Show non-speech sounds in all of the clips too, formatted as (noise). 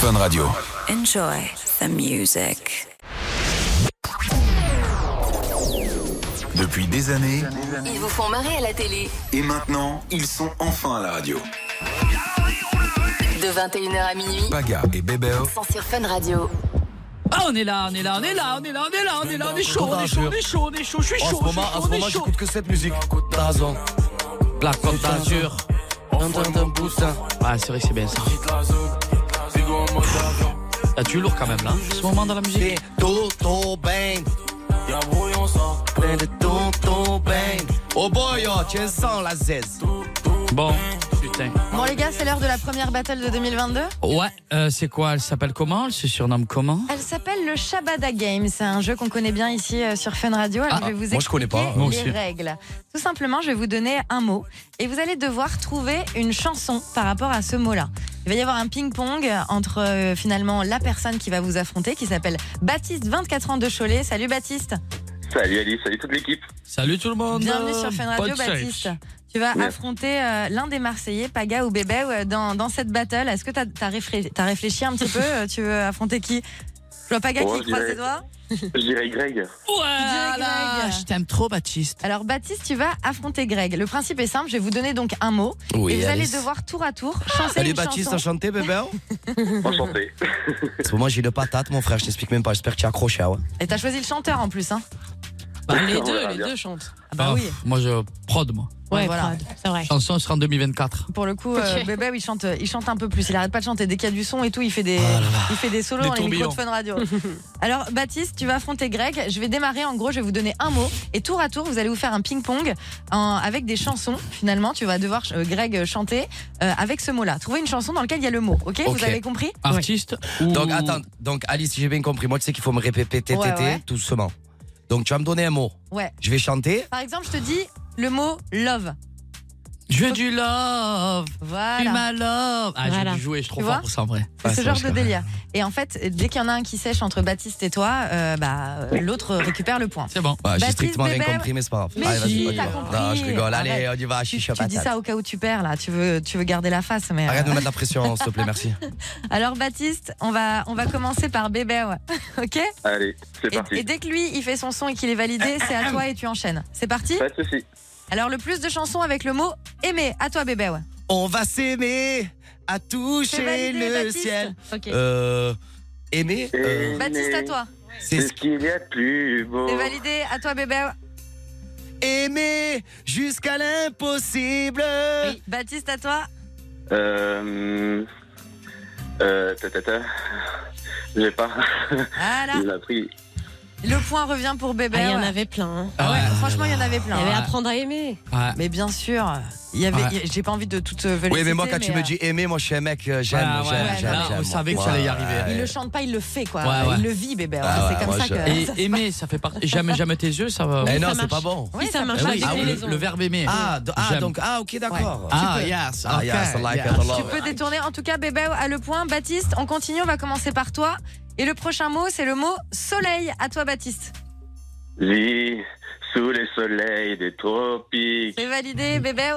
Fun Radio. Enjoy the music. Depuis des années, Ils vous font marrer à la télé. et maintenant, ils sont enfin à la radio. De 21h à minuit, Paga et Bébéo sans sur Fun Radio. Ah, on est là, on est là, on est là, on est là, on est là, on est là, on est chaud, on est chaud, on est chaud, on est chaud, je suis En ce chaud, je suis moment, en chaud, ce on moment, est chaud. j'écoute que cette musique. T'as raison. La Côte d'Azur. Dun, dun, dun, poussin. Ah, c'est vrai que c'est bien ça. T'as du lourd quand même là. Ce moment dans la musique. Des Toto Bang. Plein de Toto Bang. Oh boy, oh, tiens ça, la zèze. Bon, putain. Bon les gars, c'est l'heure de la première battle de 2022. Ouais, euh, c'est quoi Elle s'appelle comment Elle se surnomme comment Elle s'appelle le Shabada Game. C'est un jeu qu'on connaît bien ici euh, sur Fun Radio. Alors, Ah, je vais vous moi, je connais expliquer pas. Moi les aussi. règles. Tout simplement, je vais vous donner un mot et vous allez devoir trouver une chanson par rapport à ce mot-là. Il va y avoir un ping-pong entre euh, finalement la personne qui va vous affronter, qui s'appelle Baptiste, 24 ans de Cholet. Salut Baptiste. Salut Ali, salut toute l'équipe. Salut tout le monde Bienvenue sur Fun Radio, Bonne fête. Baptiste. Tu vas Ouais. affronter euh, l'un des Marseillais, Paga ou Bébé, euh, dans, dans cette battle. Est-ce que tu as, réfléchi, un petit peu euh, Tu veux affronter qui Je vois Paga Ouais, qui je croise dirais- les doigts. Je dirais Greg. Voilà, Greg. Je t'aime trop, Baptiste. Alors, Baptiste, tu vas affronter Greg. Le principe est simple je vais vous donner donc un mot Oui, et vous allez Alice. devoir tour à tour chanter Salut une Baptiste, chanson. enchanté (laughs) bébé. Enchanté. En ce moment, j'ai le patate, mon frère, je t'explique même pas. J'espère que tu as accroché, ah ouais. Et t'as choisi le chanteur en plus. Hein. Bah, les deux, les deux. chantent. Ah bah Ah, oui. Moi, je prod, moi. Ouais, voilà. c'est vrai. Chanson sera en 2024. Pour le coup, euh, Bébé, il chante, il chante un peu plus. Il arrête pas de chanter. Dès qu'il y a du son et tout, il fait des, il fait des solos Des dans les micros de tourbillons. Fun Radio. Alors, Baptiste, tu vas affronter Greg. Je vais démarrer. En gros, je vais vous donner un mot. Et tour à tour, vous allez vous faire un ping-pong en- avec des chansons. Finalement, tu vas devoir, euh, Greg, euh, chanter euh, avec ce mot-là. Trouver une chanson dans laquelle il y a le mot. Ok, Ok. Vous avez compris Artiste ou... Donc, attends, donc, Alice, si j'ai bien compris, moi, tu sais qu'il faut me répéter TTT Ouais, ouais. doucement. Donc, tu vas me donner un mot. Ouais. Je vais chanter. Par exemple, je te dis le mot love. Je veux du love. Tu Voilà. m'as love. Ah, j'ai Voilà. dû jouer, je suis trop Tu fort vois pour ça en vrai. C'est Ouais, ce ça genre marche de quand même. délire. Et en fait, dès qu'il y en a un qui sèche entre Baptiste et toi, euh, bah, euh, l'autre récupère le point. C'est bon. Bah, Ouais, Bah, j'ai Baptiste strictement rien Bébert. compris, mais c'est pas grave. Mais Allez, si, vas-y, on y t'as va. compris. Non, je rigole. Allez, on Arrête. y va, Tu, chicha tu dis patate. ça au cas où tu perds là, tu veux, tu veux garder la face. Mais euh. Arrête de me mettre la pression, s'il te plaît, merci. Alors Baptiste, on va, on va commencer par bébé, ouais. (laughs) ok Allez, c'est et, et parti. dès que lui il fait son son et qu'il est validé, c'est à toi et tu enchaînes. C'est parti Pas de soucis. Alors le plus de chansons avec le mot aimer, à toi bébé, ouais. On va s'aimer à C'est toucher validé, le Baptiste. ciel. Ok. Euh, aimer, euh, Baptiste à toi. c'est C'est ce ce qu'il y a de plus beau. C'est validé, à toi bébé. ouais. aimer jusqu'à l'impossible. Baptiste à toi. Euh. Euh. Ta, ta, ta. J'ai pas. Voilà. (laughs) Il m'a pris. Le point revient pour bébé. Ah, il y en ouais. avait plein. hein. Ah ouais, Ah, franchement il y en avait Il plein. hein. y avait ouais. apprendre à aimer. Ouais. Mais bien sûr, il y avait. Ouais. J'ai pas envie de toute euh, velours. Oui, mais moi, quand tu me dis aimer, moi, je suis un mec, euh, j'aime, Voilà, j'aime, Ah, ouais, j'aime, là, j'aime. on savait que Ouais, ça allait y arriver. ouais. Il le chante pas, il le fait quoi. Ouais, ouais. Il le vit bébé. ouais. Ah, c'est ouais, comme moi, ça que. Et (laughs) aimer, ça fait partie. Jamais, jamais tes yeux, ça va. Eh Oui, non, ça c'est pas marche. bon. Oui, Oui, ça ça marche Eh oui, avec ah oui, les le, liaisons. le verbe aimer. Ah, d- ah, J'aime. donc, ah, ok, d'accord. Ah, yes, Ah, ok, yes, I like yes. it a lot. Tu peux détourner. En tout cas, bébé a le point. Baptiste, on continue. On va commencer par toi. Et le prochain mot, c'est le mot soleil. À toi, Baptiste. Vis sous les soleils des tropiques. C'est validé, bébé.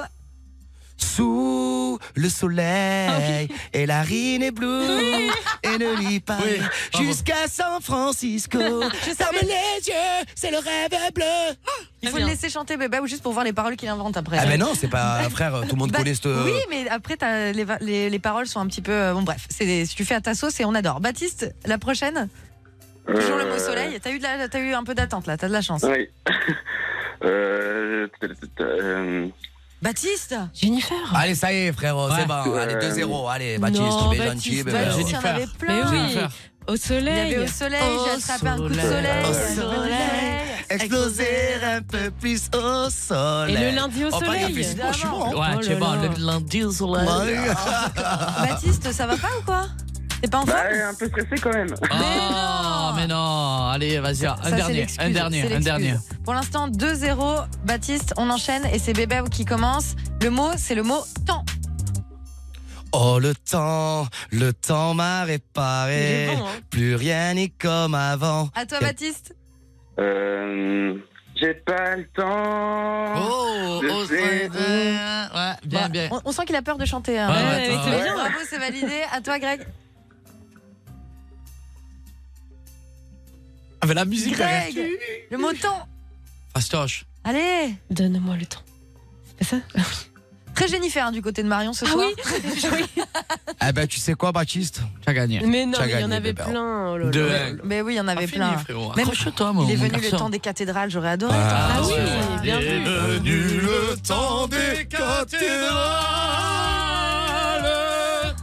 Sous Ah, le soleil, elle a riné blue, et ne lit pas Oui, bravo. jusqu'à San (laughs) Francisco. Je savais. les yeux, c'est le rêve Ah, bleu. Il faut bien. le laisser chanter, bébé, ou juste pour voir les paroles qu'il invente après. Ah ben non, c'est pas frère, tout le monde Bah, connaît euh, ce. Oui, mais après, t'as- les, va- les- les paroles sont un petit peu. euh, Bon, bref, c'est tu fais à ta sauce et on adore. Baptiste, la prochaine, toujours Euh. le mot soleil. T'as eu, de la- t'as eu un peu d'attente là, t'as de la chance. Oui. (laughs) Euh. ta, ta, ta, euh, Baptiste Jennifer. Allez, ça y est, frère, c'est Ouais. bon. Allez, Euh, 2-0. Allez, Baptiste, non, tu es gentil, Baptiste, bébé. Baptiste, il y en Jennifer. avait Mais plein. oui. Jennifer. Au Il y avait au soleil. soleil, Au j'ai attrapé un coup de soleil. soleil. Au soleil. Exploser un peu plus au Et soleil. le lundi au Oh, pas grave, soleil. c'est- oh, je suis bon. hein. Ouais, Oh c'est là bon, là. le lundi au soleil. Ouais. Baptiste, ça va pas ou quoi T'es pas en forme Bah, un peu stressé quand même. Oh, mais non. Allez, vas-y, Ça, un c'est dernier, l'excuse, un dernier, c'est un l'excuse. dernier. Pour l'instant, 2-0. Baptiste, on enchaîne et c'est Bébé qui commence. Le mot, c'est le mot temps. Oh, le temps, le temps m'a Il réparé. est bon, hein. Plus rien n'est comme avant. À toi, Quel- Baptiste. Euh. J'ai pas le temps. Oh, Je oh, sais. ouais, bien, hmm. Ouais, bien. Bah, On, on sent qu'il a peur de chanter. hein. Ouais, ouais, mais c'est ouais. bien. (laughs) Bravo, c'est validé. À toi, Greg. Ah, mais la musique, derrière. Greg, le mot temps. Fastoche. Allez, Donne-moi le temps. C'est ça très Jennifer hein, du côté de Marion ce Ah soir. oui Eh ben, tu sais quoi, Baptiste T'as gagné. Euh, Mais non, Tu as mais il y en gagné, avait bébé. plein. oh là là. De- Mais oui, il y en avait plein. Ah, frérot. Même- Accroche-toi, mon Il est mon venu le garçon. temps des cathédrales, j'aurais adoré. Ah oui, ouais. bien vu. venu le temps des cathédrales.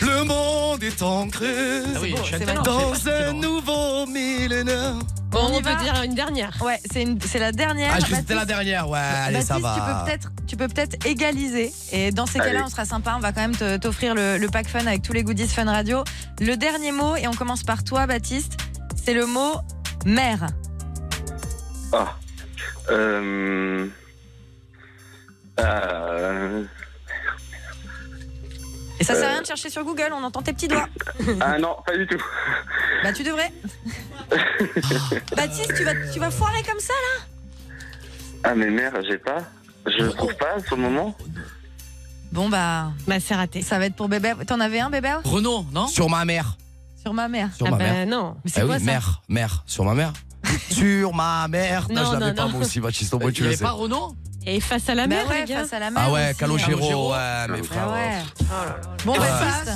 Le monde est ancré Ah oui, beau, je suis c'est attaquant. dans C'est un bon. nouveau millénaire. Bon, On on, y va. peut dire une dernière. Ouais, c'est une- c'est la dernière. Ah, je crois que c'était la Baptiste- dernière. Ouais, allez, ça Baptiste, va. Tu peux peut-être peut égaliser. Et dans ces Allez. cas-là, on sera sympa. On va quand même te- t'offrir le, le pack fun avec tous les goodies fun radio. Le dernier mot, et on commence par toi, Baptiste, c'est le mot mère. Ah. Euh... Euh... Et ça sert à rien de chercher sur Google, on entend tes petits doigts. Ah non, pas du tout. Bah, tu devrais. Baptiste, tu vas, tu vas foirer comme ça, là Ah mais merde, j'ai pas. Je trouve pas sur le moment. Bon, bah, Bah, c'est raté. ça va être pour bébé. T'en avais un, bébé Renaud, non Sur ma mère. Sur ma mère. Sur ah ma bah mère. non. Mais c'est Ah quoi oui, ça mère, mère, sur ma mère. sur ma mère. Non, Non, je l'avais non, pas non. moi aussi, Baptiste. au moins, Il tu y le avait sais. pas Renaud Et face à la Bah mer, ouais, les gars. face à la mère. Ah ouais, aussi. Calogero, ouais, mes Ah frères. ouais. Bon, Baptiste,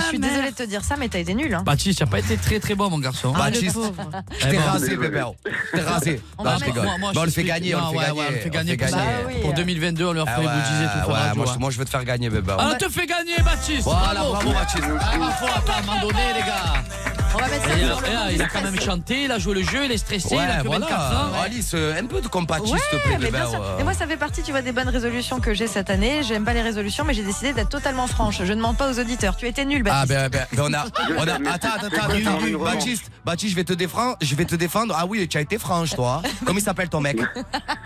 je suis désolée de te dire ça, mais t'as été nul. Hein. Baptiste, t'as pas été très très bon, mon garçon. Ah, le Baptiste. pauvre. Je t'ai Eh ben, rasé, bébé. Je t'ai rasé. On Non, va je mettre- rigole. moi, moi, Mais on je le fait suis- gagner, non, on le ouais, fait ouais, gagner. on le fait gagner Ah pour ça. Bah oui. Pour 2022, on leur Ah fait les goodies et tout. ouais, Fun ouais, Radio, moi, je- ouais. moi, je veux te faire gagner, bébé. Ah, on te fait gagner, Baptiste. Voilà, bravo, Baptiste. Ah, ma foi, attends, à un moment donné, les gars. On va mettre ça Et sur alors, le et là, monde il du a quand stress. même chanté, il a joué le jeu, il est stressé, il a Ouais, que 24 voilà. ans. Alice, euh, un peu de compatie, Ouais, s'il te plaît, euh. mais bébé. Eh bien sûr. euh, ouais. Et moi, ça fait partie, tu vois, des bonnes résolutions que j'ai cette année. J'aime pas les résolutions, mais j'ai décidé d'être totalement franche. Je ne mens pas aux auditeurs. Tu étais nul, Ah Baptiste. ben, ben, ben, on a, on a- attends attends attends Mais Guy, attends, Guy, mais vraiment. Baptiste Baptiste je vais te défendre je vais te défendre ah oui tu as été franche toi comment il s'appelle ton mec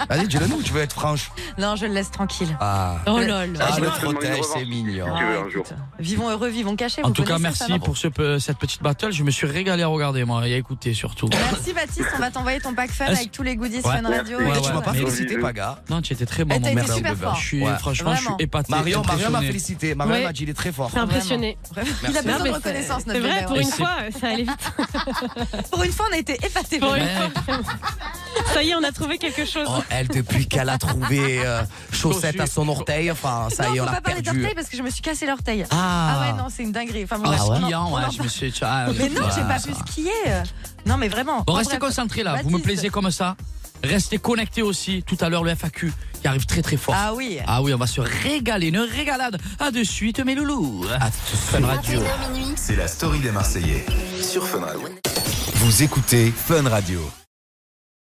vas-y dis-le nous tu veux être franche ben. Non, je le laisse tranquille. ah, Oh lol. ah je le vais te demander protège une c'est mignon Tu veux un écoute, jour. Vivons heureux, vivons cachés. En vous tout cas, connaissez ça, merci non pour ce pe- cette petite battle. Je me suis régalé à regarder, moi, et à écouter surtout. Merci, Baptiste. On va t'envoyer ton pack fun Est-ce- avec tous les goodies Ouais. Fun Radio. Ouais, Et tu et ouais. m'as pas Mais- félicité Paga Non, tu étais très bon, Eh, t'as mon été mec. super fort. Je suis, Ouais. franchement, je suis Vraiment. épaté. Marion Marion m'a impressionné. félicité Marion Ouais. m'a dit il est très fort C'est impressionné. Il a besoin Non, mais de reconnaissance, C'est notre vrai, bébé, pour ouais. une c'est- fois, ça allait vite. Pour une fois, on a été épatés. Pour bébé. une Ouais. fois. Ça y est, on a trouvé quelque chose. Oh, elle depuis qu'elle a trouvé euh, chaussette à son orteil enfin ça Non, y est faut on l'a pas parler perdu d'orteil parce que je me suis cassé l'orteil. Ah ouais, ah non, c'est une dinguerie. Enfin, Ah, bref, on en- skiant, on ouais, en je me suis. ah, Mais non, ouais, j'ai pas ça pu va. skier. Non, mais vraiment. Bon, En restez bref. concentrés là, vous Baptiste. me plaisez comme ça. Restez connectés aussi. Tout à l'heure, le FAQ qui arrive très très fort. Ah oui. Ah oui, on va se régaler, une régalade. À de suite, mes loulous. Ah, tu fais radio 21h minuit. C'est la story des Marseillais sur Fun Radio. Vous écoutez Fun Radio.